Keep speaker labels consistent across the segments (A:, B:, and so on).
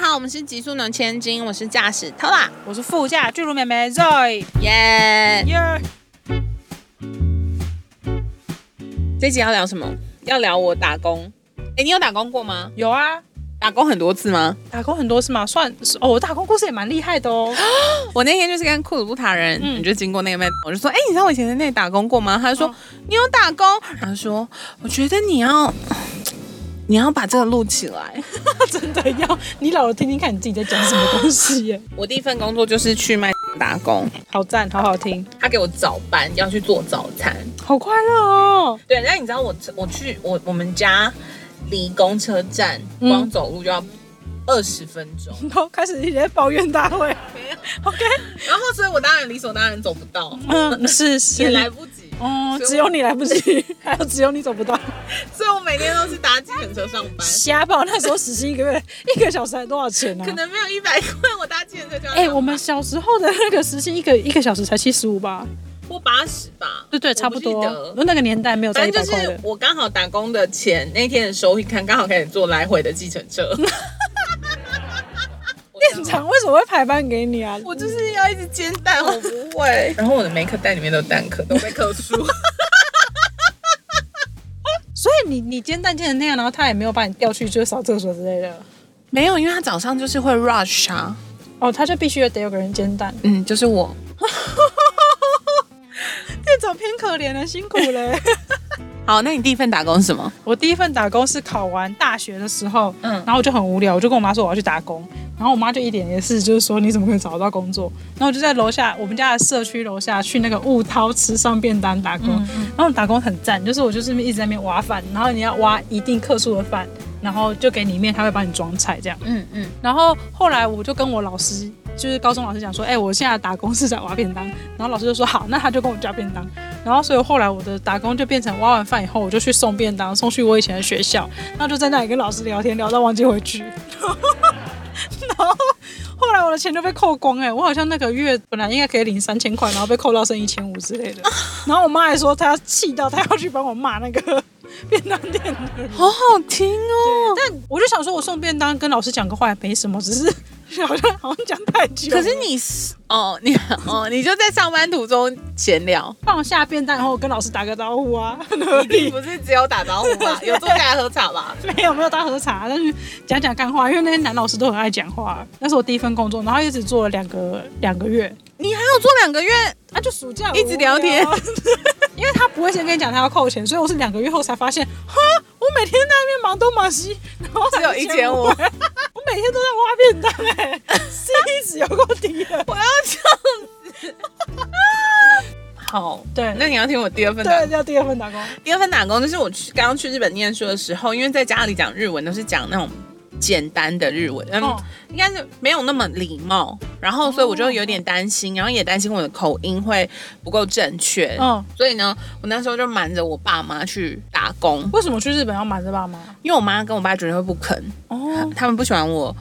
A: 好，我们是极速能千金，我是驾驶 Tola，
B: 我是副驾巨乳妹妹 Zoe，
A: 耶、
B: 耶、
A: 这集要聊什么？要聊我打工。哎、你有打工过吗？
B: 有啊，
A: 打工很多次吗？
B: 打工很多次嘛，算是哦，我打工故事也蛮厉害的哦。
A: 我那天就是跟库鲁布塔人，
B: 嗯
A: 你就经过那个妹，我就说，哎、你知道我以前在那里打工过吗？他就说、
B: 嗯
A: 你有打工，然后说我觉得你要你要把这个录起来。
B: 真的要你老了听听看你自己在讲什么东西耶，
A: 我第一份工作就是去卖打工，
B: 好赞，好好听，
A: 他给我早班要去做早餐。
B: 好快乐哦。
A: 对，那你知道我我去我我们家离公车站
B: 嗯
A: 光走路就要二十分钟，
B: 然后开始一直在抱怨大 会，OK，
A: 然后所以我当然理所当然走不到，
B: 嗯，是
A: 也
B: 是，
A: 来不及，所
B: 哦，
A: 以我
B: 只有你来不 及，还有只有你走 不到。
A: 所以我每天都是搭计程车上班，
B: 瞎报那时候实习一个月一个小时才多少钱呢、
A: 可
B: 啊？
A: 能没有一百块，我搭计程车就要上班。
B: 哎、我们小时候的那个实习一个一个小时才七十五吧？
A: 过八十吧，
B: 对对，
A: 我不
B: 差不多
A: 记得。。
B: 那个年代没有在
A: 反
B: 一
A: 正
B: 百
A: 就
B: 块
A: 是
B: 的。
A: 我刚好打工的钱，那天的收益看刚好可以坐来回的计程车。
B: 店长为什么会排班给你啊？
A: 我就是要一直煎蛋，我不会。 然后我的每颗蛋里面都有蛋壳，都被壳数。
B: 所以你你煎蛋煎成那样，然后他也没有把你调去就是扫厕所之类的。
A: 没有，因为他早上就是会 rush 啊，
B: 哦，他就必须得有个人煎蛋。
A: 嗯，就是我。
B: 店长偏可怜了，辛苦了。
A: 好，那你第一份打工是什么？
B: 我第一份打工是考完大学的时候，
A: 嗯
B: 嗯，然后我就很无聊，我就跟我妈说我要去打工，然后我妈就一脸也是，就是说你怎么可以找得到工作？然后我就在楼下我们家的社区楼下去那个雾涛吃上便当打工，然后打工很赞，就是我就是一直在那边挖饭，然后你要挖一定克数的饭，然后就给你面，他会帮你装菜这样。
A: 嗯嗯，
B: 然后后来我就跟我老师，就是高中老师讲说，哎、我现在打工是在挖便当，然后老师就说好，那他就跟我加便当。然后所以后来我的打工就变成挖完饭以后，我就去送便当，送去我以前的学校，然后就在那里跟老师聊天，聊到忘记回去。 然后后来我的钱就被扣光哎、我好像那个月本来应该可以领三千块，然后被扣到剩一千五之类的。然后我妈还说她气到她要去帮我骂那个 便当店的人。
A: 好好听哦。
B: 但我就想说，我送便当跟老师讲个话也没什么，只是好像好像讲太久。
A: 可是你哦，你哦，你就在上班途中闲聊，
B: 放下便当以后，我跟老师打个招呼啊， 很合
A: 你
B: 理。
A: 不是只有打招呼 吧？有坐下来喝茶吧？
B: 没有没有大喝茶，但是讲讲干话，因为那些男老师都很爱讲话。那是我第一份工作，然后一直做了两个两个月，
A: 你还有做两个月，
B: 啊，就暑假
A: 一直聊天
B: 无聊啊 因为他不会先跟你讲他要扣钱，所以我是两个月后才发现，哈，我每天在那边忙东忙西，然后
A: 只有
B: 才
A: 1500
B: 我每天都在挖便当、欸， 哎，CP 值有够 低的。
A: 我要这样子。 好，
B: 对，
A: 那你要听我第二份打
B: 对，叫第二份打工。
A: 第二份打工就是我去刚刚去日本念书的时候，因为在家里讲日文都是讲那种简单的日文，嗯，
B: 哦
A: 应该是没有那么礼貌，然后所以我就有点担心，然后也担心我的口音会不够正确，
B: 嗯，
A: 所以呢，我那时候就瞒着我爸妈去打工，
B: 为什么去日本要瞒着爸妈？
A: 因为我妈跟我爸绝对会不肯，
B: 哦，
A: 他们不喜欢我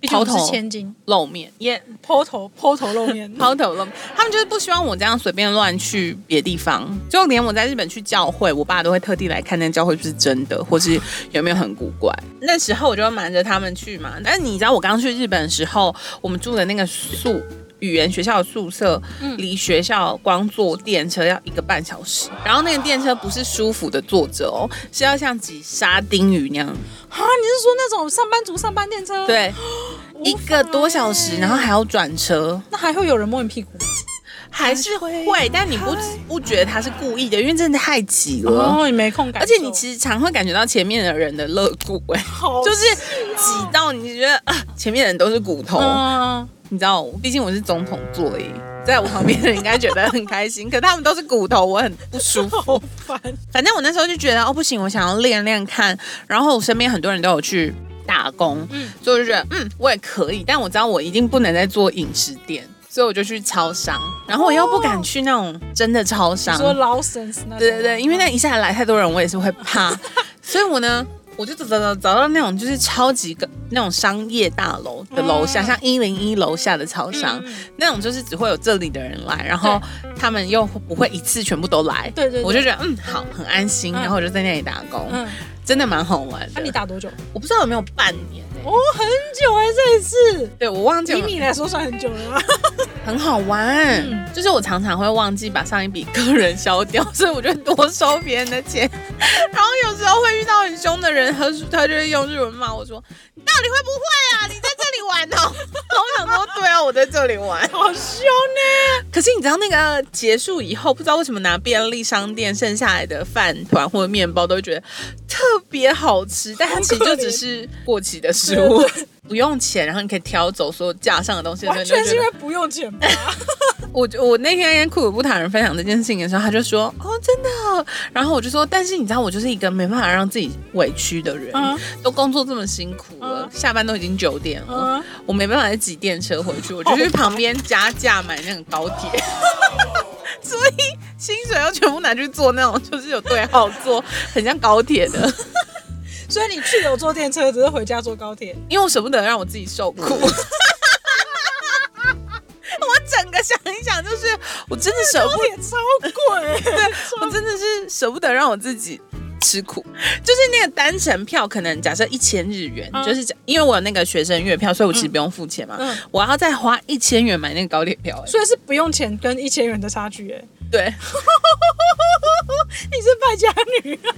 B: 毕竟我
A: 抛头
B: 是千金，
A: 露面，也
B: 抛头抛头露 面。
A: 抛头露面，他们就是不希望我这样随便乱去别地方，就连我在日本去教会，我爸都会特地来看那教会是不是真的，或是有没有很古怪。那时候我就瞒着他们去嘛，但是你知道我刚去日本的时候，我们住的那个宿。语言学校的宿舍离学校光坐电车要一个半小时，然后那个电车不是舒服的坐着哦，是要像挤沙丁鱼那样，
B: 啊，你是说那种上班族上班电车？，
A: 对，一个多小时，
B: 欸
A: 然后还要转车，
B: 那还会有人摸你屁股？
A: 还是会，但你不不觉得他是故意的，因为真的太挤了。
B: 哦，你没空感受。
A: 啊而且你其实常会感觉到前面的人的肋骨、哎，
B: 好
A: 就是挤到你觉得啊，前面的人都是骨头。
B: 嗯，
A: 你知道，毕竟我是总统座椅，在我旁边的人应该觉得很开心，可他们都是骨头，我很不舒服。
B: 好烦。
A: 反正我那时候就觉得哦不行，我想要练练看。然后我身边很多人都有去打工，嗯
B: 嗯，
A: 所以我就觉得嗯我也可以，但我知道我一定不能再做饮食店，所以我就去超商。然后我又不敢去那种真的超
B: 你
A: 商，
B: 说 Lawson's 那种
A: 对对对，因为那一下来太多人，我也是会 怕，所以我呢。我就找找找找到那种就是超级个那种商业大楼的楼下，
B: 嗯
A: 像一零一楼下的超商，那种就是只会有这里的人来，然后他们又不会一次全部都来。
B: 对对对
A: 我就觉得嗯好，很安心，
B: 嗯
A: 然后我就在那里打工，
B: 嗯，
A: 真的蛮好玩
B: 那
A: 的
B: 你。打多久？哦
A: 我不知道有没有半年欸
B: 哦，很久哎，这也也是。
A: 对我忘记
B: 以
A: 了，
B: 你来说算很久了 啊吗？
A: 很好玩。
B: 嗯
A: 就是我常常会忘记把上一笔个人消掉，所以我就多收别人的钱。 然后有时候会遇到很凶的人，他他就会用日文骂我说：“你到底会不会啊？你在这里玩哦。” 然后我想说：“对啊，我在这里玩。
B: 好凶欸呢！”
A: 可是你知道那个结束以后，不知道为什么拿便利商店剩下来的饭团或者面包都觉得特别好吃，但它其实就只是过期的食物， 不用钱，然后你可以挑走所有架上的东西的时候，
B: 完
A: 你就
B: 全
A: 觉
B: 是因
A: 得
B: 为不用钱吧？
A: 我就我那天跟库鲁布塔人分享这件事情的时候，他就说：“哦，真的哦。”然后我就说：“但是你知道，我就是一个没办法让自己委屈的人，
B: 嗯
A: 都工作这么辛苦了，
B: 嗯
A: 下班都已经九点了，
B: 嗯，哦
A: 我没办法再挤电车回去，我就去旁边加价买那个高铁。 所以薪水又全部拿去坐那种，就是有对号坐，很像高铁的，
B: 所以你去有坐电车，只是回家坐高铁。
A: 因为我舍不得让我自己受苦。 我整个想一想，就是我真的舍
B: 高
A: 不得
B: 铁超贵，
A: 我真的是舍不得让我自己吃苦， 就是那个单程票，可能假设一千日元，
B: 嗯
A: 就是假因为我有那个学生月票，所以我其实不用付钱嘛，
B: 嗯
A: 我要再花一千元买那个高铁票、欸，
B: 所以是不用钱跟一千元的差距哎。
A: 对，
B: 你是败家女，
A: 对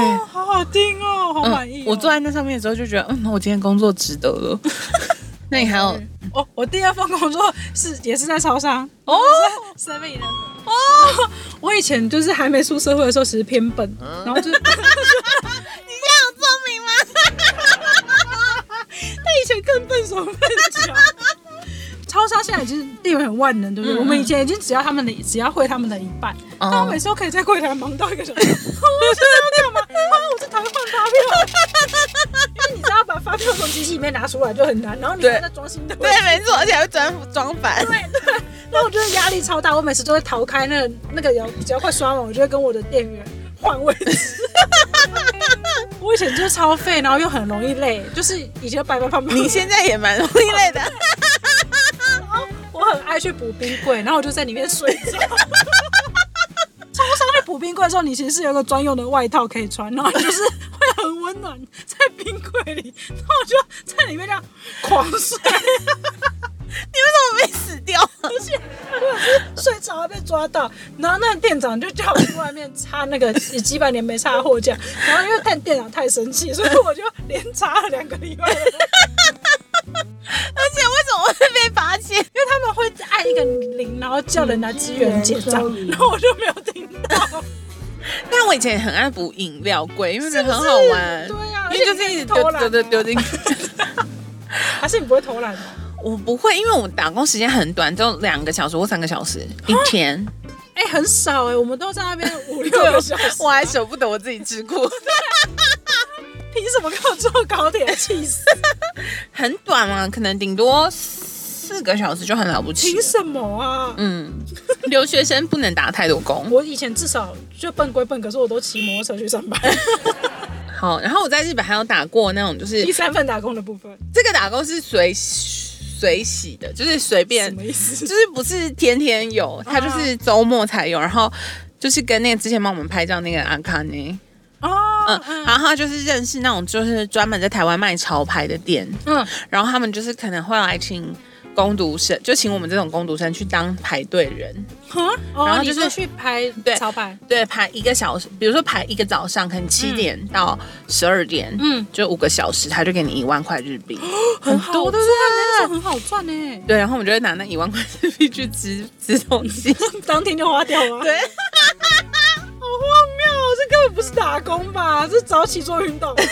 A: 嗯
B: 哦好好听哦，好满意哦、
A: 我坐在那上面的时候就觉得，嗯，我今天工作值得了。那你还有
B: 哦，我第二份工作是也是在超商
A: 哦
B: Seven Eleven。哦， 我以前就是还没出社会的时候，其实偏笨，然 后就是
A: 你这样聪明吗？
B: 但以前更笨手笨脚。超商现在已经地位很万能，对不对？
A: 嗯嗯
B: 我们以前已经只要他们的，只要会他们的一半，
A: 哦
B: 但我每次都可以在柜台忙到一个 小时。我是要干嘛？啊，我是台湾发票， 因为你知道把发票从机器里面拿出来就很难，然后你还在装新的。
A: 对，没错，而且还会装装反。
B: 那我觉得压力超大，我每次都会逃开那个那个要只要快刷完，我就会跟我的店员换位置。 我以前就是超废，然后又很容易累，就是以前白白胖胖。
A: 你现在也蛮另类的，
B: 我很爱去补冰柜，然后我就在里面睡 觉。超商在补冰柜的时候，你其实是有一个专用的外套可以穿，然后就是会很温暖，在冰柜里，然后我就在里面这样狂睡，
A: 你为什么没死 掉？
B: 而且我是睡着了被抓到，然后那个店长就叫我去外面擦那个几百年没擦的货架，然后因为店店长太生气，所以我就连擦了两个礼拜的货架
A: 而且为什么会被发现？
B: 因为他们会按一个铃，然后叫人来支援结账，然后我就没有听到。
A: 但我以前也很爱补饮料柜，因
B: 嗯
A: 为觉得很好玩，
B: 是不是对啊
A: 因为就是一直丢丢丢丢进去。
B: 还是你不会偷懒吗？
A: 我不会，因为我打工时间很短，只有两个小时或三个小时一天，
B: 哎、很少哎、我们都在那边五六个小时，
A: 我还舍不得我自己吃苦，
B: 凭什么给我坐高铁？气 死！
A: 很短嘛，可能顶多四个小时就很了不起
B: 凭。什么啊？
A: 嗯，留学生不能打太多工。
B: 我以前至少就笨归笨，可是我都骑摩托车去上班。
A: 好，然后我在日本还有打过那种，就是
B: 第三份打工的部分，
A: 这个打工是随随洗的，就是随
B: 什
A: 便
B: 么意思？
A: 就是不是天天有，他就是周末才有，然后就是跟那个之前帮我们拍照那个阿卡尼，
B: 哦
A: 嗯，，然后他就是认识那种就是专门在台湾卖潮牌的店，
B: 嗯，
A: 然后他们就是可能会来请。工读生就请我们这种工读生去当排队人，
B: 哈
A: 嗯然
B: 哦，
A: 后
B: 你
A: 就是
B: 就去拍
A: 对
B: 潮牌，
A: 对，排一个小时，比如说排一个早上，可能七点到十二点，
B: 嗯，
A: 就五个小时，他就给你一万块日币，
B: 很
A: 很
B: 好
A: 多对
B: 赚
A: 不
B: 欸，那
A: 对
B: 时候很好赚呢、
A: 对，然后我们就会拿那一万块日币去吃吃东西，
B: 当天就花掉了。
A: 对，
B: 好荒谬哦，这根本不是打工吧？这是早起做 运动吧。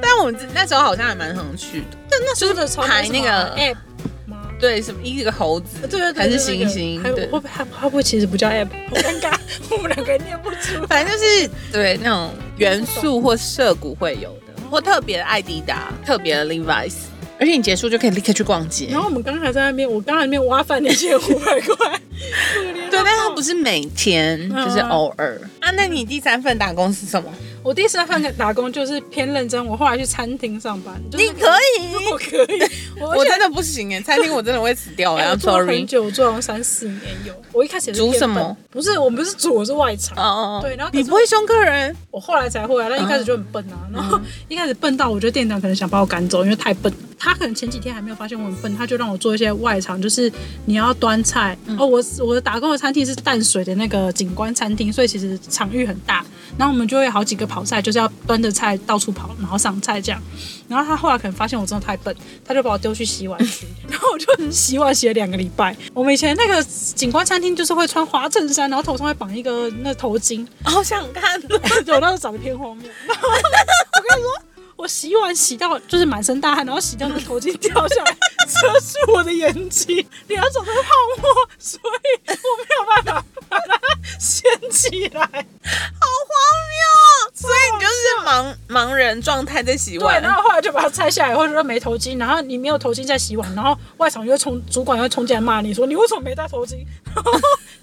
A: 但我们自那时候好像还蛮常去的，
B: 但那时候的潮牌
A: 就是是排那个
B: app 吗？
A: 对，什么一个猴子，
B: 对对对，
A: 还是
B: 对对
A: 星星，
B: 还有
A: 对
B: 会，不会还会不会其实不叫 app？好 尴尬，我们两个也念不出来。
A: 反正就是对那种元素或涉谷会有的，或特别的艾迪达，特别的 Levi's，而且你结束就可以立刻去逛街
B: 然。后我们刚才在那边，我刚才那边挖饭，你借五百块，可怜
A: 对，但它不
B: 是
A: 嗯是每天，就是偶尔、啊。那你第三份打工是什么？
B: 我第一次份打工就是偏认真，我后来去餐厅上班。就是
C: 你
B: 那
C: 可
B: 个
C: 以，
B: 我可以， 我
A: 我
B: 而且
A: 真的不行哎，餐厅我真的会死 掉哎
B: 哎我
A: ，I'm
B: 做了很
A: sorry。
B: 久，我做了三四年有。我一开始也是
A: 煮
B: 偏
A: 什
B: 笨
A: 么？
B: 不是，我们不是煮，我是外场。
A: 哦哦哦，
B: 对然后可
A: 你
B: 是
A: 不会凶客人，
B: 我后来才会啊，但一开始就很笨啊。然后一开始笨到我觉得店长可能想把我赶走，因为太笨。他可能前几天还没有发现我很笨，他就让我做一些外场，就是你要端菜。哦，我我打工的餐厅是淡水的那个景观餐厅，所以其实场域很大。然后我们就会好几个跑菜，就是要端着菜到处跑，然后上菜这样。然后他后来可能发现我真的太笨，他就把我丢去洗碗区，然后我就洗碗洗了两个礼拜。我们以前那个景观餐厅就是会穿花衬衫，然后头上会绑一个那头巾，
A: 好想看。
B: 对我那时候长得偏荒谬。 然后我跟你说，我洗碗洗到就是满身大汗，然后洗到那个头巾掉下来， 遮住我的眼睛，脸上长的泡沫，所以我没有办法把它掀起来。
A: 荒谬，啊 所以你就是盲盲人状态在洗
B: 对，
A: 碗
B: 然。后后来就把它拆下来，或者说没头巾，然后你没有头巾在洗碗，然后外场就会冲主管又会冲进来骂你说你为什么没戴头巾， 然后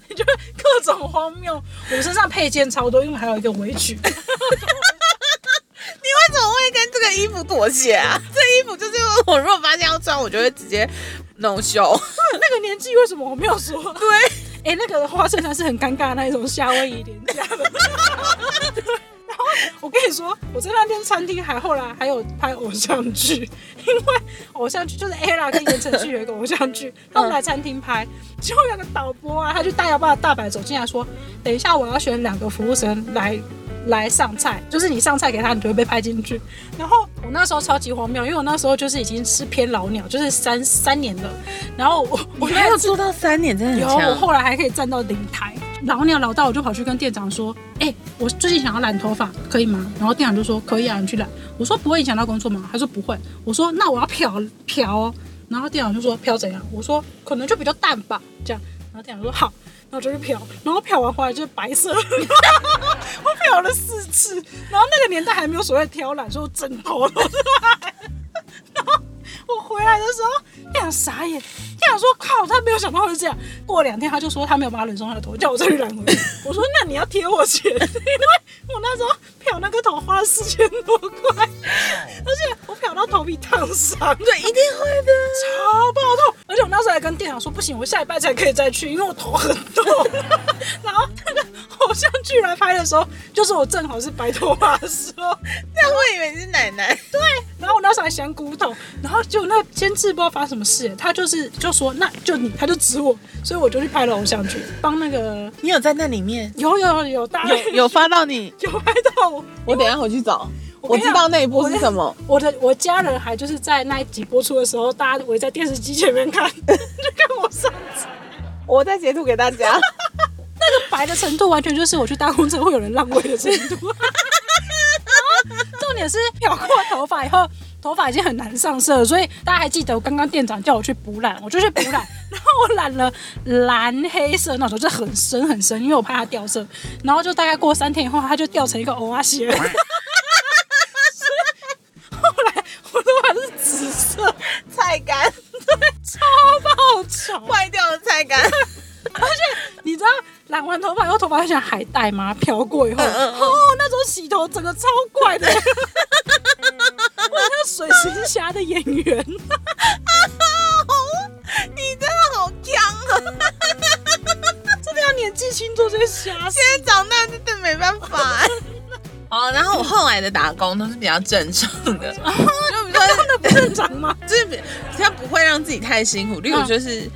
B: 你就会各种荒谬。我身上配件超多，因为还有一个围裙。
A: 你为什么会跟这个衣服妥协啊？ 这衣服就是我如果发现要穿，我就会直接 no show。
B: 那个年纪为什么我没有说？对，哎、那个花衬衫是很尴尬的那一种夏威夷廉价的。然后我跟你说，我在那间餐厅还后来还有拍偶像剧，因为偶像剧就是 ella 跟言承旭有一个偶像剧，他们来餐厅拍，结果有个导播啊，他就大摇把大摆走进来说，等一下我要选两个服务生来来上菜，就是你上菜给他，你就会被拍进去。然后我那时候超级荒谬，因为我那时候就是已经是偏老鸟，就是三三年了，然后我我那次
A: 做到三点，真
B: 有，我后来还可以站到领台。老鸟老到，我就跑去跟店长说：“哎、我最近想要染头发，可以吗？”然后店长就说：“可以啊，你去染。”我说：“不会影响到工作吗？”他说：“不会。”我说：“那我要漂漂哦。”然后店长就说：“漂怎样？”我说：“可能就比较淡吧。”这样，然后店长说：“好。”然后就去漂，然后漂完回来就是白色，我漂了四次。然后那个年代还没有所谓挑染，所以我整头都是汗。我回来的时候，店长傻眼，店长说：“靠，他没有想到会这样。”过两天他就说他没有把他染松他的头，叫我再去染回来。我说：“那你要贴我钱， 因为我那时候漂那个头花了四千多块，而且我漂到头皮烫伤，
A: 对，一定会的。
B: 超爆痛！而且我那时候还跟店长说，不行，我下礼拜才可以再去，因为我头很痛。 然后那个偶像剧来拍的时候，就是我正好是白头发的时候，
A: 但我以为你是奶奶，
B: 然后我那时候还想骨头，然后就那监制不知道发生什么事，他就是就说那就你，他就指我，所以我就去拍了偶像剧，帮那个
A: 你有在那里面
B: 有有有有大
A: 有有发到你？
B: 有拍到我，
A: 我等一下回去找，我
B: 跟你
A: 知
B: 讲
A: 道那一步是什么。
B: 我的我家人还就是在那一集播出的时候，大家围在电视机前面看，就 跟我上次。
A: 我再截图给大家。
B: 白的程度完全就是我去搭公车会有人让位的程度。然后重点是漂过头发以后，头发已经很难上色了，所以大家还记得我刚刚店长叫我去补染，我就去补染，然后我染了蓝黑色，那时候就很深很深，因为我怕它掉色。然后就大概过三天以后，它就掉成一个欧巴鞋。所以后来我头发是紫色，
A: 菜干
B: 超爆丑。
A: 坏掉的菜干，
B: 你知道染完头发以后头发会像海带吗？漂过以后，
A: 嗯嗯
B: 哦，那种洗头整个超怪 的，我那水行侠的演员，
A: 哦你真的好强啊！
B: 真的要年纪轻做这些瞎事。
A: 现在长大真的没办法、 哦，然后我后来的打工都是比较正常的，就比较
B: 那不正常吗？
A: 就是比较不会让自己太辛苦。例如就是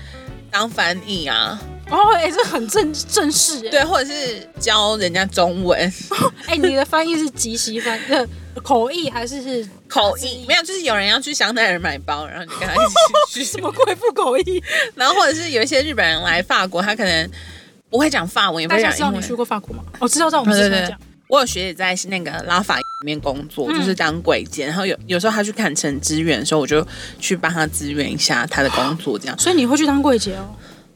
A: 当翻译啊，
B: 哦，哎、这很正正式哎、
A: 对，或者是教人家中 文
B: 哎、你的翻译是即席翻，呃，口译还是是
A: 口译，没有，就是有人要去香奈儿买包， 然后你跟他一起
B: 什
A: 去，
B: 么贵妇口译？
A: 然后或者是有一些日本人来法国，他可能不会讲法文，也不
B: 大
A: 会
B: 家
A: 讲
B: 知道
A: 英
B: 你去
A: 文。
B: 过法国吗？我知道，知道我们
A: 对
B: 之
A: 对
B: 前
A: 对
B: 讲，，
A: 我有学姐在那个拉法里面工作，
B: 嗯
A: 就是当柜姐，然后有有时候她去砍成支援的时候，我就去帮她支援一下她的工作，这样。
B: 所以你会去当柜姐哦。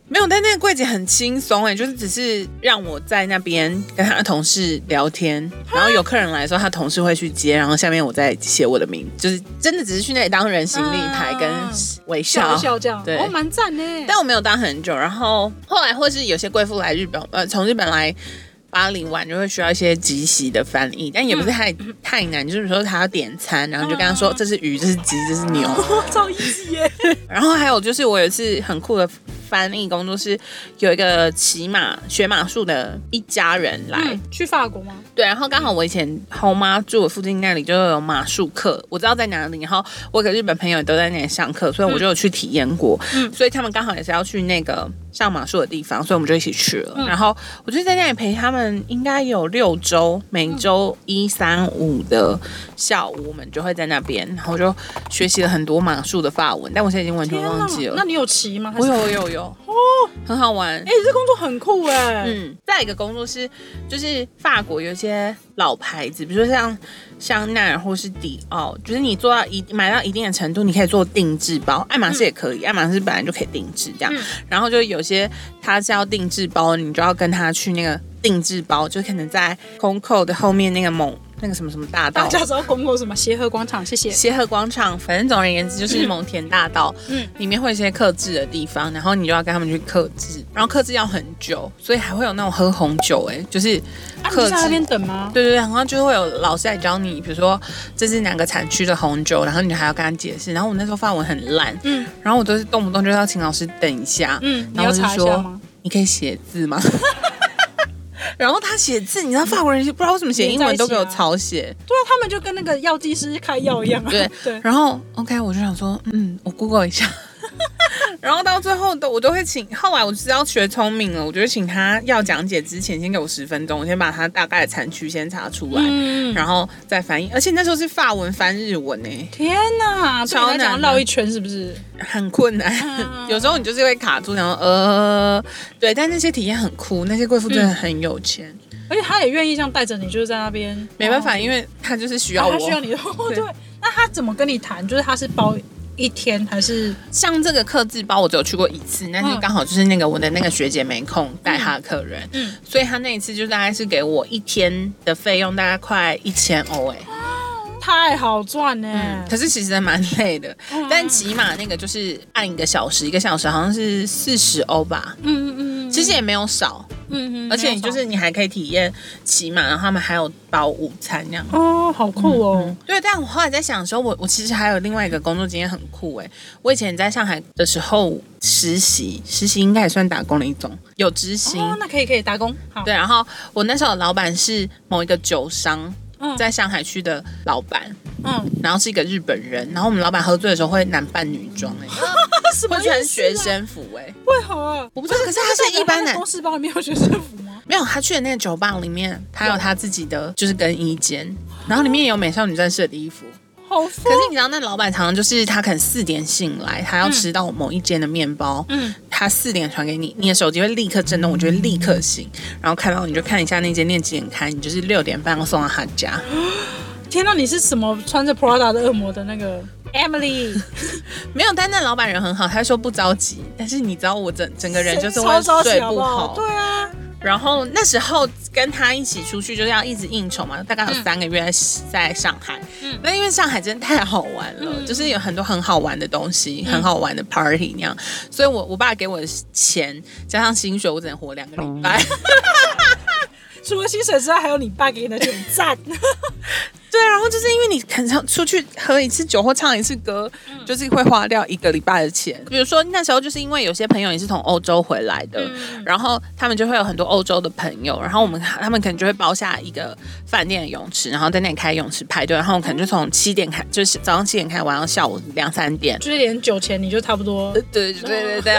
A: 没有，但那个柜姐很轻松哎，就是只是让我在那边跟她的同事聊天，然后有客人来的时候，她同事会去接，然后下面我再写我的名，就是真的只是去那里当人形立牌
B: 嗯
A: 跟微
B: 笑
A: 笑。
B: 一笑这样，
A: 对
B: 哦，蛮赞呢。
A: 但我没有当很久，然后后来或是有些贵妇来日本，呃，从日本来巴黎玩就会需要一些即席的翻译，但也不是太、太难，就是比如说他要点餐，然后就跟他说这是鱼，这是鸡，这是牛，
B: 哦超 easy 耶！
A: 然后还有就是，我有一次很酷的翻译工作是有一个骑马学马术的一家人来，
B: 嗯，去法国吗？
A: 对，然后刚好我以前后妈住我附近那里就有马术课，我知道在哪里，然后我给日本朋友也都在那里上课，所以我就有去体验过，
B: 嗯
A: 所以他们刚好也是要去那个上马术的地方，所以我们就一起去了，
B: 嗯
A: 然后我就在那里陪他们，应该有六周，每周
B: 嗯
A: 一三五的下午，我们就会在那边，然后就学习了很多马术的法文，但我现在已经完全
B: 天
A: 忘
B: 哪
A: 记了，
B: 那你有骑吗？还
A: 我
B: 是
A: 有我有我有哦，很好玩
B: 哎、。这工作很酷哎、
A: 嗯，再一个工作是，就是法国有一些老牌子，比如说像香奈儿或是迪奥，就是你做到一买到一定的程度，你可以做定制包，爱马仕也可以，爱马仕本来就可以定制这样。
B: 嗯
A: 然后就有些它是要定制包，你就要跟他去那个定制包，就可能在空扣的后面那个某那个什么什么大道
B: 大。家知道公过什么协和广场？谢谢。
A: 协和广场，反正总而言之就是蒙田大道，
B: 嗯
A: 里面会有一些克制的地方，然后你就要跟他们去克制，然后克制要很久，所以还会有那种喝红酒、哎，就是
B: 啊，你
A: 克
B: 就
A: 制。
B: 在那边等吗？
A: 对对对，然后就会有老师来教你，比如说这是哪个产区的红酒，然后你还要跟他解释。然后我那时候发文很烂，
B: 嗯
A: 然后我都是动不动就要请老师等一下，
B: 嗯，你
A: 然
B: 要
A: 后就
B: 查一下
A: 说
B: 吗？
A: 你可以写字吗？ 然后他写字，你知道法国人不知道为什么写英文都给我抄写，
B: 对啊，他们就跟那个药剂师开药一样啊。
A: 对
B: 对，
A: 然后 OK，我就想说，嗯，我 Google 一下。 然后到最后都我都会请，后来我知道学聪明了，我就请他要讲解之前先给我十分钟，我先把他大概的产区先查出来，
B: 嗯，
A: 然后再翻译。而且那时候是法文翻日文欸呢、
B: 天哪，
A: 超
B: 超
A: 难
B: 难
A: 的
B: 绕一圈是不是？
A: 很困难。
B: 嗯
A: 有时候你就是会卡住，然后呃，对，但那些体验很酷，那些贵妇真的
B: 嗯
A: 很有钱，
B: 而且他也愿意这样带着你，就是在那边。
A: 没办
B: 哦
A: 法，因为他就是需要
B: 他
A: 我。
B: 需要你的。哦
A: 对
B: 对，那他怎么跟你谈？就是他是包一天还是？
A: 像这个克制包，我只有去过一次，但是
B: 嗯
A: 刚好就是那个我的那个学姐没空带她的客人，
B: 嗯，
A: 所以她那一次就大概是给我一天的费用，大概快一千欧哎。
B: 太好赚呢、
A: 嗯，可是其实蛮累的，
B: 嗯
A: 但起码那个就是按一个小时，一个小时好像是四十欧吧，
B: 嗯嗯嗯，
A: 其实也没有少，
B: 嗯嗯，
A: 而且你就是你还可以体验骑马，然后他们还有包午餐这样。
B: 哦，好酷哦。
A: 对，但我后来在想的时候，我我其实还有另外一个工作经验很酷诶、我以前在上海的时候实习，实习应该也算打工的一种，有执行。
B: 哦，那可以可以打工，好，
A: 对，然后我那时候的老板是某一个酒商，
B: 嗯
A: 在上海区的老板，
B: 嗯，
A: 然后是一个日本人，然后我们老板喝醉的时候会男扮女装诶、
B: 哦 什
A: 会穿学
B: 生？
A: 生服诶、
B: 为何啊？
A: 我不知道，可是他是一般男
B: 公，司包里面有学生服吗？
A: 没有他去的那个酒吧里面，他有他自己的就是更衣间，然后里面也有美少女战士的衣服。
B: 好疯
A: 可是你知道，那老板常常就是他可能四点醒来，他要吃到某一间的面包，
B: 嗯，
A: 他四点传给你，你的手机会立刻震动，我就会立刻醒，然后看到你就看一下那间店几点开，你就是六点半要送到他家。
B: 天哪，你是什么穿着 Prada 的恶魔的那个 Emily？
A: 没有，但那老板人很好，他说不着急，但是你知道我整整个人就是
B: 超
A: 会
B: 着
A: 睡
B: 急好
A: 不
B: 好？
A: 好。
B: 对啊，
A: 然后那时候跟他一起出去就是要一直应酬嘛，大概有三个月在在上海。
B: 嗯
A: 那因为上海真的太好玩了，
B: 嗯
A: 就是有很多很好玩的东西，很好玩的 party 那样。所以我我爸给我的钱加上薪水，我只能活两个礼拜。
B: 除了薪水之外，还有你爸给你的点赞。
A: 对，然后就是因为你很常出去喝一次酒或唱一次歌，就是会花掉一个礼拜的钱。比如说那时候就是因为有些朋友也是从欧洲回来的，然后他们就会有很多欧洲的朋友，然后我们他们可能就会包下一个饭店的泳池，然后在那里开泳池派对，然后可能就从七点开，就是早上七点开，玩到下午两三点。
B: 就是连酒钱你就差不多。
A: 对对对对对，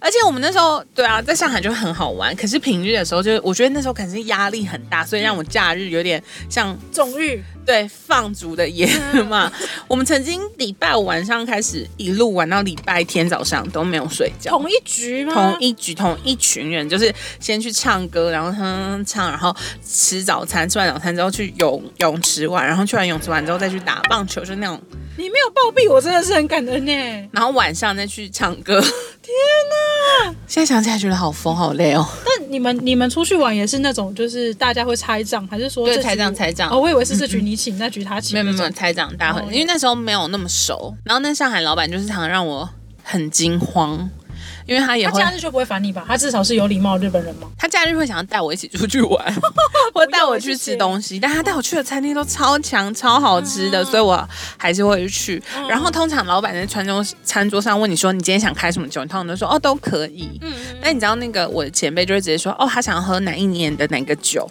A: 而且我们那时候对啊，在上海就很好玩，可是平日的时候就是，我觉得那时候可能是压力很大，所以让我假日有点像
B: 纵欲，
A: 对放逐的夜嘛。 我们曾经礼拜五晚上开始，一路玩到礼拜天早上都没有睡觉。
B: 同一局吗？
A: 同啊一局同一群人，就是先去唱歌，然后哼唱，然后吃早餐，吃完早餐之后去泳泳池玩，然后去完泳池玩之后再去打棒球，就那种，
B: 你没有暴毙，我真的是很感恩呢。欸
A: 然后晚上再去唱歌。 天哪！现在想起来觉得好疯好累哦。
B: 但你们你们出去玩也是那种，就是大家会拆账，还是说
A: 对
B: 这局
A: 拆账拆账嗯
B: 哦，我以为是这局你请，那局他请。
A: 没有没有没有，才长大很，
B: 哦
A: 因为那时候没有那么熟。然后那上海老板就是常让我很惊慌，因为他也
B: 他
A: 会
B: 假日就不会烦你吧？他至少是有礼貌的日本人嘛。
A: 他假日会想要带我一起出去玩， 或带
B: 啊
A: 我去吃东西，但他带我去的餐厅都超强、超好吃
B: 嗯
A: 的，所以我还是会去。然后通常老板在餐桌餐桌上问你说你今天想开什么酒，你通常都说哦都可以。
B: 嗯，
A: 但你知道那个我的前辈就会直接说哦他想喝哪一年的哪个 酒，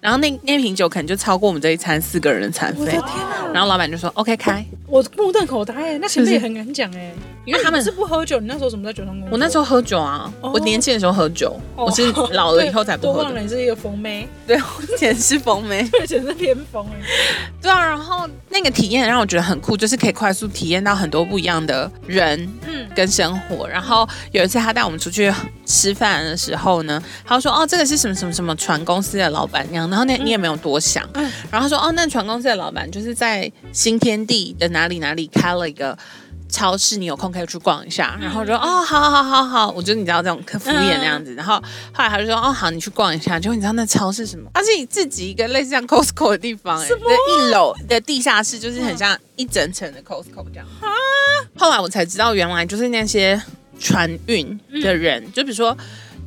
A: 然后那那瓶酒可能就超过我们这一餐四个人的餐
B: 我的
A: 费
B: 天。啊！
A: 然后老板就说 OK 开，
B: 我目瞪口呆欸，那前
A: 是不
B: 辈
A: 是
B: 也很敢讲哎，
A: 因为他们
B: 你是不喝酒，你那时候怎么在酒上工作？
A: 我那时候喝酒啊，
B: 哦
A: 我年轻的时候喝酒，
B: 哦
A: 我 是老了以后才不
B: 对我
A: 喝
B: 忘
A: 的。
B: 了你是一个疯妹，
A: 对，我以前是疯妹。
B: 而且是偏疯哎。
A: 对啊，然后那个体验让我觉得很酷，就是可以快速体验到很多不一样的人
B: 嗯，
A: 跟生活。然后有一次他带我们出去吃饭的时候呢，他说：“哦，这个是什么什么什么船公司的老板娘。”然后那你也没有多想，
B: 嗯
A: 然后他说：“哦，那船公司的老板就是在新天地的哪里哪里开了一个。”超市你有空可以去逛一下，然后我就说哦，好好好好，我觉得你知道这种敷衍那样子，然后后来他就说哦好，你去逛一下，结果你知道那超市什么？它是你自己一个类似像 Costco 的地方、欸，哎，一楼的地下室就是很像一整层的 Costco 这样。后来我才知道，原来就是那些船运的人，
B: 嗯
A: 就比如说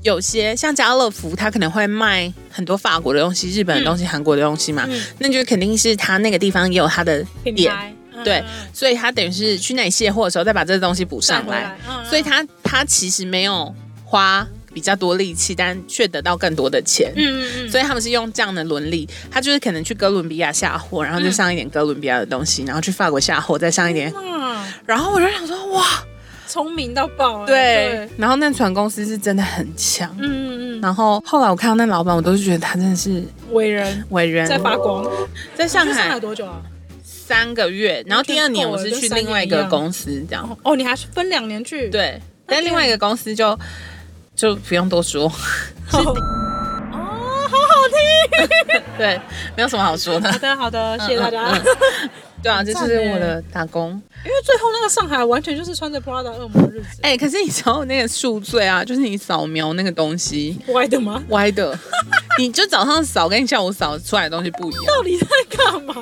A: 有些像家乐福，他可能会卖很多法国的东西、日本的东西、韩、国的东西嘛，
B: 嗯
A: 那就肯定是他那个地方也有他的
B: 品
A: 点，
B: 牌嗯
A: 对所以他等于是去那里卸货的时候再把这个东西补上来，，
B: 嗯嗯
A: 所以他他其实没有花比较多力气，但却得到更多的钱。
B: 嗯嗯嗯，
A: 所以他们是用这样的伦理，他就是可能去哥伦比亚下货，然后就上一点哥伦比亚的东西，然后去法国下货，再上一点，
B: 哇，
A: 然后我就想说，哇，
B: 聪明到爆欸，
A: 嗯对，，然后那船公司是真的很强。
B: 嗯嗯嗯，
A: 然后后来我看到那老板，我都是觉得他真的是
B: 伟人
A: 伟人，
B: 在发光。
A: 在上
B: 你去上
A: 海
B: 海多久啊？
A: 三个月，然后第二年我是去另外一个公司这样，
B: 哦哦，你还是分两年去？，
A: 对，但另外一个公司就就不用多说，
B: 哦，好 好听。
A: 对，没有什么好说
B: 好
A: 的，
B: 的，好的，谢谢大家。
A: 嗯嗯对啊，这
B: 很
A: 就
B: 赞
A: 是
B: 欸
A: 我的打工。
B: 因为最后那个上海完全就是穿着 Prada 恶魔的日子，
A: 哎、可是你知道那个宿醉啊，就是你扫描那个东西
B: 歪的吗？
A: 歪的， 你就早上扫跟你下午扫出来的东西不一样。
B: 到底在干嘛？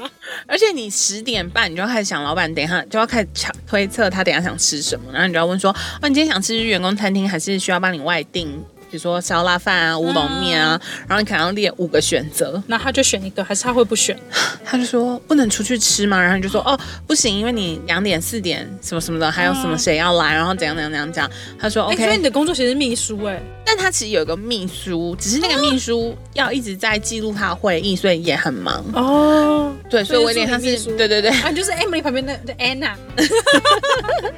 A: 而且你十点半你就要开始想老板等一下就要开始想推测他等一下想吃什么，然后你就要问说，哦，你今天想吃员工餐厅还是需要帮你外订，比如说烧腊饭啊、乌龙面啊，
B: 嗯
A: 然后你可能要列五个选择。
B: 那他就选一个，还是他会不选？
A: 他就说不能出去吃吗？然后你就说哦不行，因为你两点四点什么什么的，还有什么谁要来，然后怎样怎样怎样讲。他说
B: 嗯哎，
A: OK，、
B: 所以你的工作其实是秘书哎，
A: 但他其实有一个秘书，只是那个秘书要一直在记录他的会议，所以也很忙。
B: 哦，
A: 对，所以我有点像
B: 秘
A: 是
B: 书
A: 对对对。
B: 啊，你就是 Emily 旁边的的 Anna，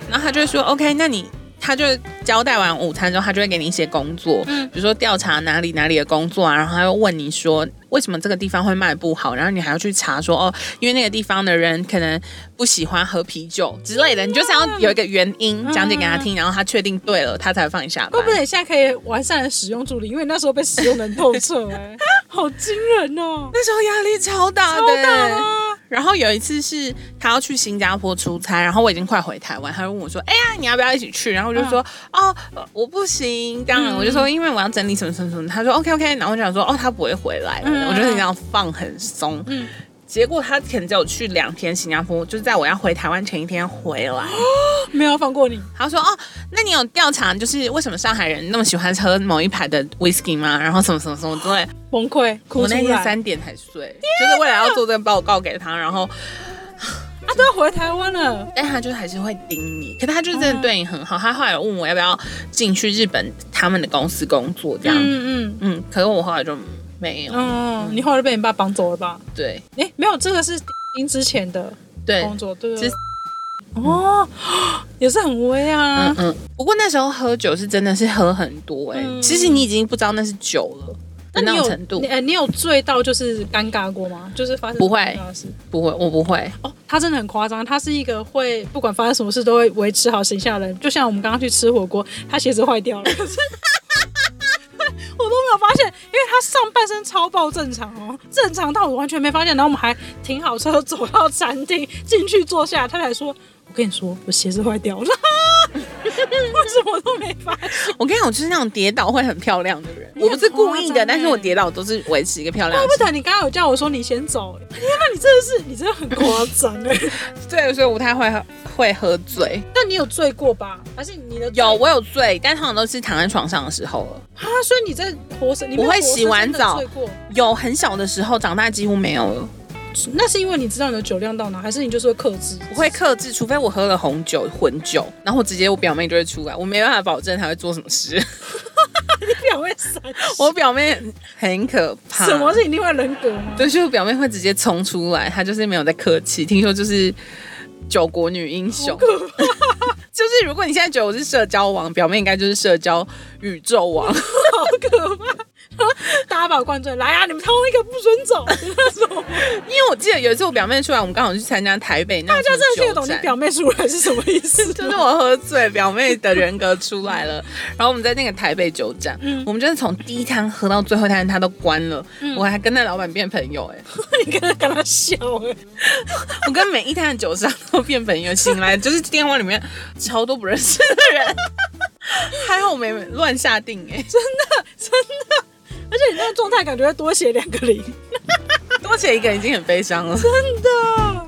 A: 然后他就说 OK，那你他就交代完午餐之后，他就会给你一些工作，
B: 嗯
A: 比如说调查哪里哪里的工作啊，然后他会问你说为什么这个地方会卖不好，然后你还要去查说哦，因为那个地方的人可能不喜欢喝啤酒之类的，你就是要有一个原因讲解给他听，然后他确定对了，他嗯才会放你下
B: 怪
A: 班
B: 不。得你现在可以完善的使用助理，因为你那时候被使用的很透彻 哎，好惊人哦，
A: 那时候压力超大
B: 超
A: 的，欸
B: 大啊！
A: 然后有一次是他要去新加坡出差，然后我已经快回台湾，他就问我说：“哎呀，你要不要一起去？”然后我就说：“哦，呃我不行。”当然，
B: 嗯
A: 我就说因为我要整理什么什么什么。他说：“OK OK。”然后我就想说：“哦，他不会回来了。
B: 嗯
A: 我就这样放很松。
B: 嗯
A: 结果他可能只有去两天新加坡，就是在我要回台湾前一天回来。
B: 没有要放过你，
A: 他说：“哦，那你有调查就是为什么上海人那么喜欢喝某一排的 whisky 吗？然后什么什么什么之类。”
B: 崩溃哭
A: 我
B: 出
A: 那天
B: 来，
A: 三点才睡，就是为了要做这个报告给他，然后
B: 啊，都要回台湾了。
A: 但他就是还是会盯你，可他就真
B: 哦
A: 的对你很好。他后来有问我要不要进去日本他们的公司工作这样，嗯
B: 嗯
A: 可是我后来就没有。
B: 嗯嗯，你后来就被你爸绑走了吧？
A: 对
B: 哎，没有，这个是 您之前的
A: 对，
B: 工作，对不对
A: 是？
B: 哦， 也是很威啊
A: 嗯。嗯。不过那时候喝酒是真的是喝很多哎、
B: 嗯
A: 其实你已经不知道那是酒了的那种
B: 你有
A: 程度
B: 你。哎，你有醉到就是尴尬过吗？就是发生
A: 不会
B: 尴尬的事
A: 不会，我不会。
B: 哦，他真的很夸张，他是一个会不管发生什么事都会维持好形象的人。就像我们刚刚去吃火锅，他鞋子坏掉 了，可是我都没有发现，因为他上半身超爆正常哦，正常到我完全没发现。然后我们还停好车，走到餐厅进去坐下，他才说：“我跟你说，我鞋子坏掉了。” 为什么都没发现？
A: 我跟你讲，我就是那种跌倒会很漂亮的人，
B: 很
A: 我不是故意
B: 夸张
A: 的，但是我
B: 欸
A: 跌倒都是维持一个漂亮
B: 怪
A: 的
B: 不
A: 形
B: 得你刚刚有叫我说你先走、欸，天哪，你真的是你真的很夸张哎！
A: 象。对，所以我不太会喝会喝醉。
B: 那你有醉过吧？还是你的醉
A: 有，我有醉，但通常都是躺在床上的时候了。
B: 啊？所以你在活生，你没有
A: 我会
B: 活生
A: 洗完
B: 生地
A: 澡
B: 醉过，
A: 有很小的时候，长大几乎没有了。
B: 那是因为你知道你的酒量到哪，还是你就是会克制？
A: 我会克制，除非我喝了红酒、混酒，然后我直接我表妹就会出来，我没办法保证她会做什么事。
B: 表妹三
A: 我表妹很可怕，
B: 什么是你另外人格吗？
A: 对，就是我表妹会直接冲出来，她就是没有在客气。听说就是九国女英雄， 就是如果你现在觉得我是社交王，表妹应该就是社交宇宙 王。
B: 好可怕！大家把我灌醉，来啊！你们通一个不准 走，那种
A: 因为我记得有一次我表妹出来，我们刚好去参加台北那
B: 大
A: 大
B: 家真的听得懂你表妹出来是什么意思 吗？
A: 就是我喝醉，表妹的人格出来了。然后我们在那个台北酒展，我们就是从第一摊喝到最后一摊，他都关了。我还跟那老板变朋友、欸，哎，
B: 你跟他跟他笑哎，
A: 我跟每一摊的酒商都变朋友。醒 来就是电话里面超多不认识的人，还好我没乱下定、欸，哎，
B: 真的。而且你那个状态感觉会多写两个零，
A: 多写一个已经很悲伤了。
B: 真的。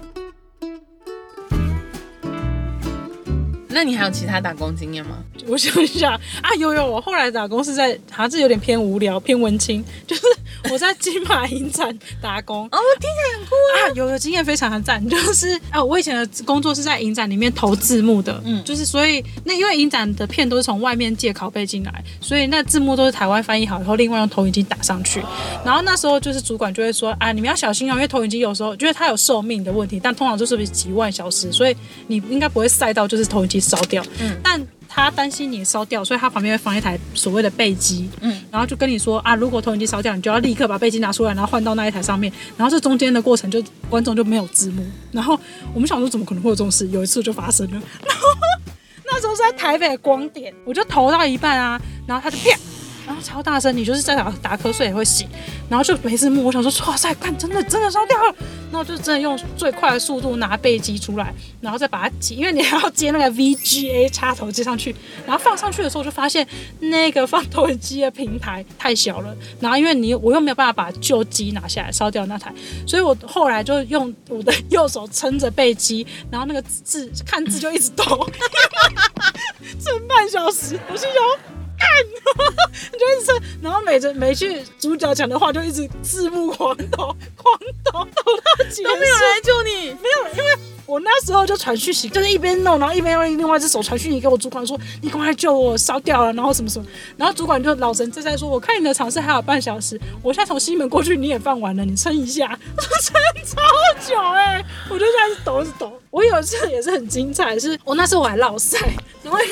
A: 那你还有其他打工经验吗？
B: 我想一下啊，有有，我后来打工是在，好像是有点偏无聊、偏文青，就是我在金马影展打工
A: 哦，听起来很酷。
B: 啊，有有经验非常的赞，就是啊，我以前的工作是在影展里面投字幕的，嗯，就是所以那因为影展的片都是从外面借拷贝进来，所以那字幕都是台湾翻译好以后，另外用投影机打上去，然后那时候就是主管就会说啊，你们要小心哦，因为投影机有时候，因为它有寿命的问题，但通常就是几万小时，所以你应该不会晒到，就是投影机烧掉。嗯，但他担心你烧掉，所以他旁边会放一台所谓的备机。嗯，然后就跟你说啊，如果投影机烧掉，你就要立刻把备机拿出来，然后换到那一台上面。然后这中间的过程就观众就没有字幕。然后我们想说，怎么可能会有这种事？有一次就发生了。 然后那时候是在台北的光点，我就投到一半啊，然后他就啪。然后超大声，你就是在打打瞌睡也会醒，然后就没字幕。我想说，哇塞，看真的真的烧掉了，然后就真的用最快的速度拿背机出来，然后再把它接，因为你还要 接那个 VGA 插头接上去，然后放上去的时候就发现那个放投影机的平台太小了，然后因为你我又没有办法把旧机拿下来烧掉那台，所以我后来就用我的右手撑着背机，然后那个字看字就一直抖，撑半小时，我心想说。干， 你就一直撑，然后每着每句主角讲的话就一直字幕狂抖，狂抖抖到结束
A: 都。没有人来救你，
B: 没有，因为我那时候就传讯息，就是一边弄，然后一边用另外一只手传讯息给我主管说：“你赶快救我，烧掉啊了。”然后什么什么，然后主管就老神在在说：“我看你的场次还有半小时，我现在从西门过去你也放完了，你撑一下。” 我撑超久哎、我就在抖一直抖。我有一次也是很精彩，是我那时候我还落赛，然后因为。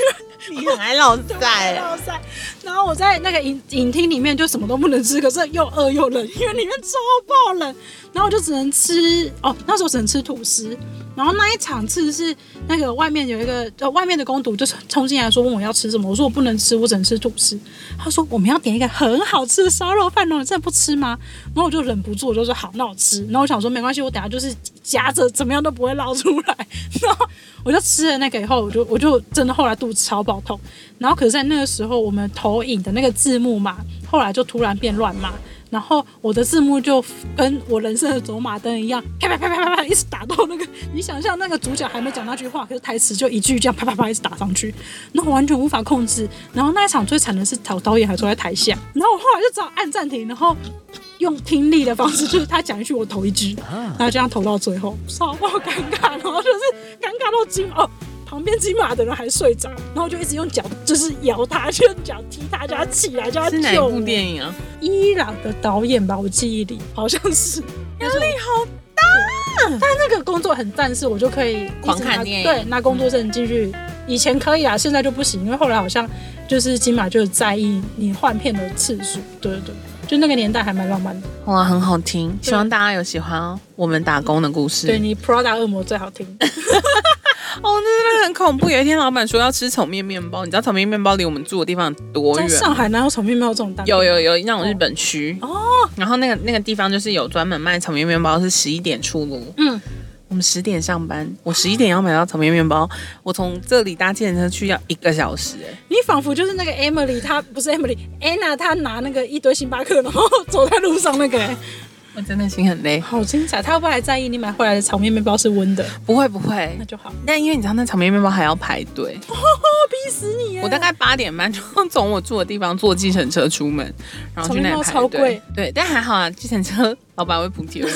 A: 你很爱老
B: 对，。落塞。然后我在那个影影厅里面就什么都不能吃，可是又饿又冷，因为里面超爆冷。然后我就只能吃哦，那时候只能吃吐司。然后那一场次是那个外面有一个呃外面的公主就是冲进来说问我要吃什么，我说我不能吃，我只能吃吐司。她说我们要点一个很好吃的烧肉饭哦，你真的不吃吗？然后我就忍不住我就说好，那我吃。然后我想说没关系，我等下就是夹着怎么样都不会捞出来。 然后我就吃了那个以后，我就我就真的后来肚子超爆痛。然后可是，在那个时候，我们投影的那个字幕嘛，后来就突然变乱码，然后我的字幕就跟我人生的走马灯一样，啪啪啪啪啪啪，一直打到那个，你想象那个主角还没讲那句话，可是台词就一句这样啪啪啪一直打上去，那我完全无法控制。然后那一场最惨的是导导演还坐在台下，然后我后来就只好按暂停，然后。用听力的方式，就是他讲一句，我投一句，
A: 啊
B: 然后这样投到最后，超爆尴尬，然后就是 尴尬到惊哦，旁边金马的人还睡着，然后就一直用脚就是摇他，就用脚踢他，叫他起来，叫他
A: 是哪一
B: 救我
A: 部。电影啊？
B: 伊朗的导演吧，我记忆里好像是。压力好大，但那个工作很赞，是我就可以一直
A: 狂看
B: 拿
A: 电影
B: 对，拿工作证进去。以前可以啊，现在就不行，因为后来好像就是金马就是在意你换片的次数。对对对，就那个年代还蛮浪漫的。
A: 哇，很好听，希望大家有喜欢哦。我们打工的故事，
B: 对你 Prada 恶魔最好 听。
A: 哦，那真的很恐怖。有一天，老板说要吃炒面面包，你知道炒面面包离我们住的地方多
B: 在
A: 远？
B: 上海哪有炒面没有这种单？
A: 有有有那种日本区
B: 哦，
A: 然后那个那个地方就是有专门卖炒面面包，是十一点出炉。
B: 嗯，
A: 我们十点上班，我十一点要买到草莓面包，我从这里搭计程车去要一个小时、哎
B: 你仿佛就是那个 Emily，她不是 Emily，Anna，她拿那个一堆星巴克，然后走在路上那个、欸，
A: 我真的心很累。
B: 好精彩。她会不会还在意你买回来的炒面面包是温的？
A: 不会不会
B: 那，就好，
A: 但因为你知道那草莓面包还要排队，
B: 哦逼死你、欸！
A: 我大概八点半就从我住的地方坐计程车出门，然后去那里
B: 草莓面包
A: 排
B: 超
A: 队
B: 贵。
A: 对，但还好啊，计程车老板会补 贴我。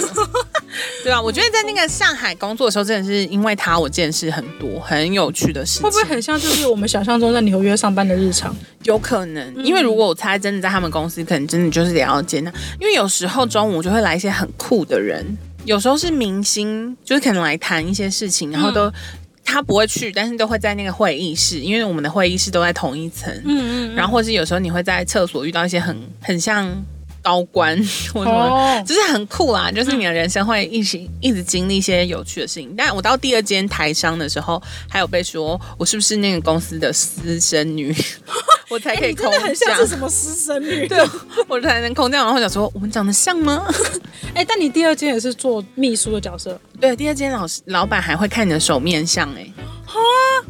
A: 对啊，我觉得在那个上海工作的时候，真的是因为他，我见识很多很有趣的事情。
B: 会不会很像就是我们想象中在纽约上班的日常？
A: 有可能，
B: 嗯
A: 因为如果我猜真的在他们公司，可能真的就是得要见到，因为有时候中午就会来一些很酷的人，有时候是明星，就是可能来谈一些事情，然
B: 嗯
A: 后都、他不会去，但是都会在那个会议室，因为我们的会议室都在同一层，
B: 嗯
A: 然后或是有时候你会在厕所遇到一些很很像高官 或什么。
B: 哦，
A: 就是很酷啦，就是你的人生会一直一直经历一些有趣的事情。但我到第二间台商的时候，还有被说我是不是那个公司的私生女， 我才
B: 哎、
A: 可以
B: 你真
A: 空
B: 的很像
A: 降，
B: 是什么私生女？
A: 对，我才能空降。然后想说我们长得像吗？
B: 哎、但你第二间也是做秘书的角色，
A: 对，第二间老师老板还会看你的手面相哎、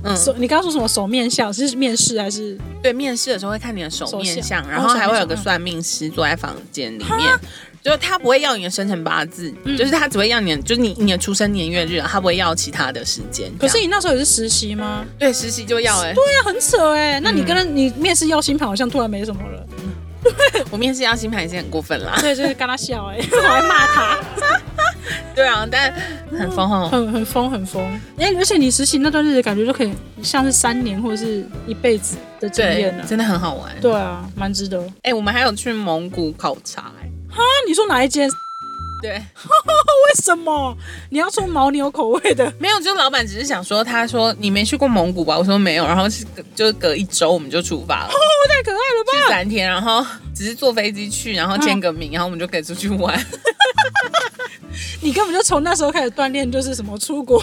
A: 嗯
B: 手、你刚刚说什么手面相是面试还是？
A: 对，面试的时候会看你的手面
B: 手
A: 相，
B: 相
A: 然后还会有个
B: 哦手面相
A: 算命师坐在房间里面，就是他不会要你的生辰八字，
B: 嗯
A: 就是他只会要你的，就是你你的出生年月日，他不会要其他的时间。
B: 可
A: 这
B: 是
A: 样
B: 你那时候也是实习吗？
A: 对实习就要哎、
B: 对呀、很扯哎、那你跟、你面试邀星盘好像突然没什么了，
A: 我面试要星盘也是很过分啦。
B: 对，就是跟他笑哎、我 还骂他，
A: 对啊，但很疯哦。
B: 很很疯很疯。哎、而且你实习那段日子感觉就可以像是三年或者是一辈子的经
A: 对
B: 验呢、，
A: 真的很好玩。
B: 对啊，蛮值得。
A: 哎、我们还有去蒙古考察、哎，
B: 那你说哪一间？为
A: 对，
B: 什么你要出牦牛口味的？
A: 没有，就老板只是想说，他说你没去过蒙古吧？我说没有，然后是就是隔一周我们就出发了，
B: 太可爱了吧！
A: 去三天，然后只是坐飞机去，然后
B: 嗯
A: 签个名，然后我们就可以出去玩。
B: 你根本就从那时候开始锻炼，就是什么出 国，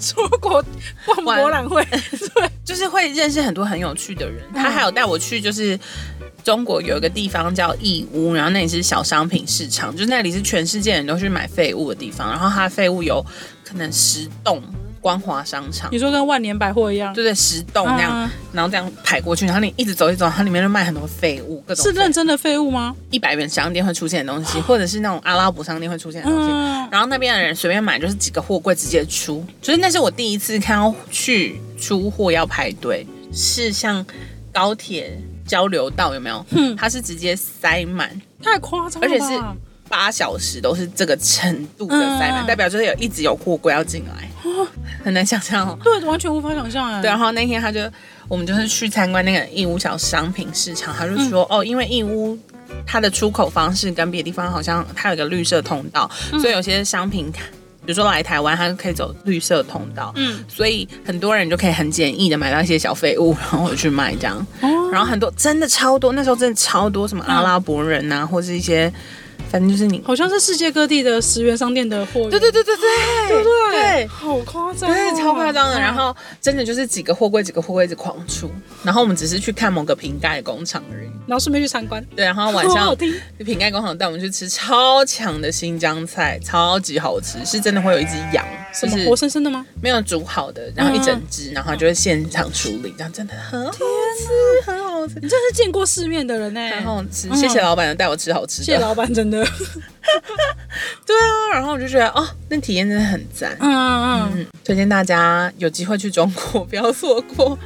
B: 出国逛博览会，对，
A: 就是会认识很多很有趣的
B: 嗯
A: 人。他还有带我去，就是中国有一个地方叫义乌，然后那里是小商品市场，就是那里是全世界人都去买废物的地方。然后它的废物有可能十栋光华商场，
B: 你说跟万年百货一样，
A: 对对，十栋那样
B: 嗯，
A: 然后这样排过去，然后你一直走一直走，它里面就卖很多废物，各种
B: 是
A: 废物
B: 认真的哦废物吗？
A: 一百元商店会出现的东西，或者是那种阿拉伯商店会出现的东西。
B: 嗯，
A: 然后那边的人随便买就是几个货柜直接出，就是那是我第一次看到去出货要排队，是像高铁交流道有没有？嗯，它是直接塞满
B: 太夸张
A: 而
B: 了吧，
A: 且是八小时都是这个程度的塞满，
B: 嗯
A: 代表就是有一直有货柜要进来，很难想象哦。
B: 对，完全无法想象哎。
A: 对，然后那天他就我们就是去参观那个义乌小商品市场，他就说、哦，因为义乌。它的出口方式跟别的地方好像，它有一个绿色通道，所以有些商品，比如说来台湾，它就可以走绿色通道，
B: 嗯，
A: 所以很多人就可以很简易的买到一些小废物，然后回去卖这样。
B: 哦
A: 然后很多真的超多，那时候真的超多，什么阿拉伯人呐、或是一些，反正就是你，
B: 好像是世界各地的十元商店的货源，
A: 哦对对对对对
B: 对不对
A: 对
B: 好夸张哦，
A: 对，超夸张的。
B: 嗯
A: 然后真的就是几个货柜，几个货柜一直狂出。然后我们只是去看某个瓶盖工厂而已。
B: 然后顺便去参观，
A: 对，然后 晚
B: 好好
A: 上
B: 听
A: 瓶盖工厂带我们去吃超强的新疆菜，超级好吃，是真的会有一只羊，
B: 什
A: 就
B: 么
A: 是
B: 活生生的吗？
A: 没有煮好的，然后一整只，然后就会现场处理，这样真的很好吃，很好吃，
B: 你真是见过世面 的人哎
A: 很。好吃。谢谢老板带我吃好吃
B: 谢谢
A: 的，
B: 老板，真的，
A: 对啊，然后我就觉得哦，那体验真的很赞。
B: 嗯嗯嗯，
A: 嗯，推荐大家有机会去中国，不要错过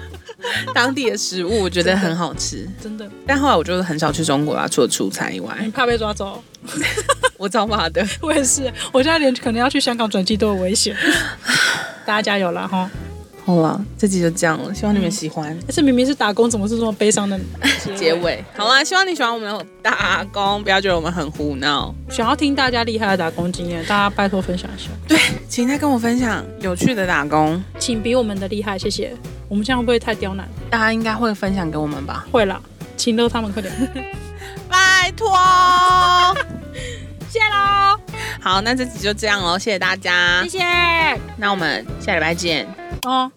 A: 当地的食物，我觉得很好吃。
B: 真的，
A: 但后来我就很少去中国啦，除了出差以外
B: 你，怕被抓走，
A: 我找妈的。
B: 我也是，我现在连可能要去香港转机都有 危险。大家加油啦哈！
A: 好了，这集就这样了，希望你们喜欢。
B: 但是明明是打工，怎么是这么悲伤的
A: 结？尾好啦，希望你喜欢我们的打工，不要觉得我们很胡闹。
B: 想要听大家厉害的打工经验，大家拜托分享一下，
A: 对，请再跟我分享有趣的打工，
B: 请比我们的厉害，谢谢。我们这样会不会太刁难？
A: 大家应该会分享给我们吧？
B: 会啦，请乐他 们快点，
A: 拜托，
B: 谢喽，
A: 好，那这集就这样喽，谢谢大家
B: 谢，谢。
A: 那我们下礼拜见。
B: 哦。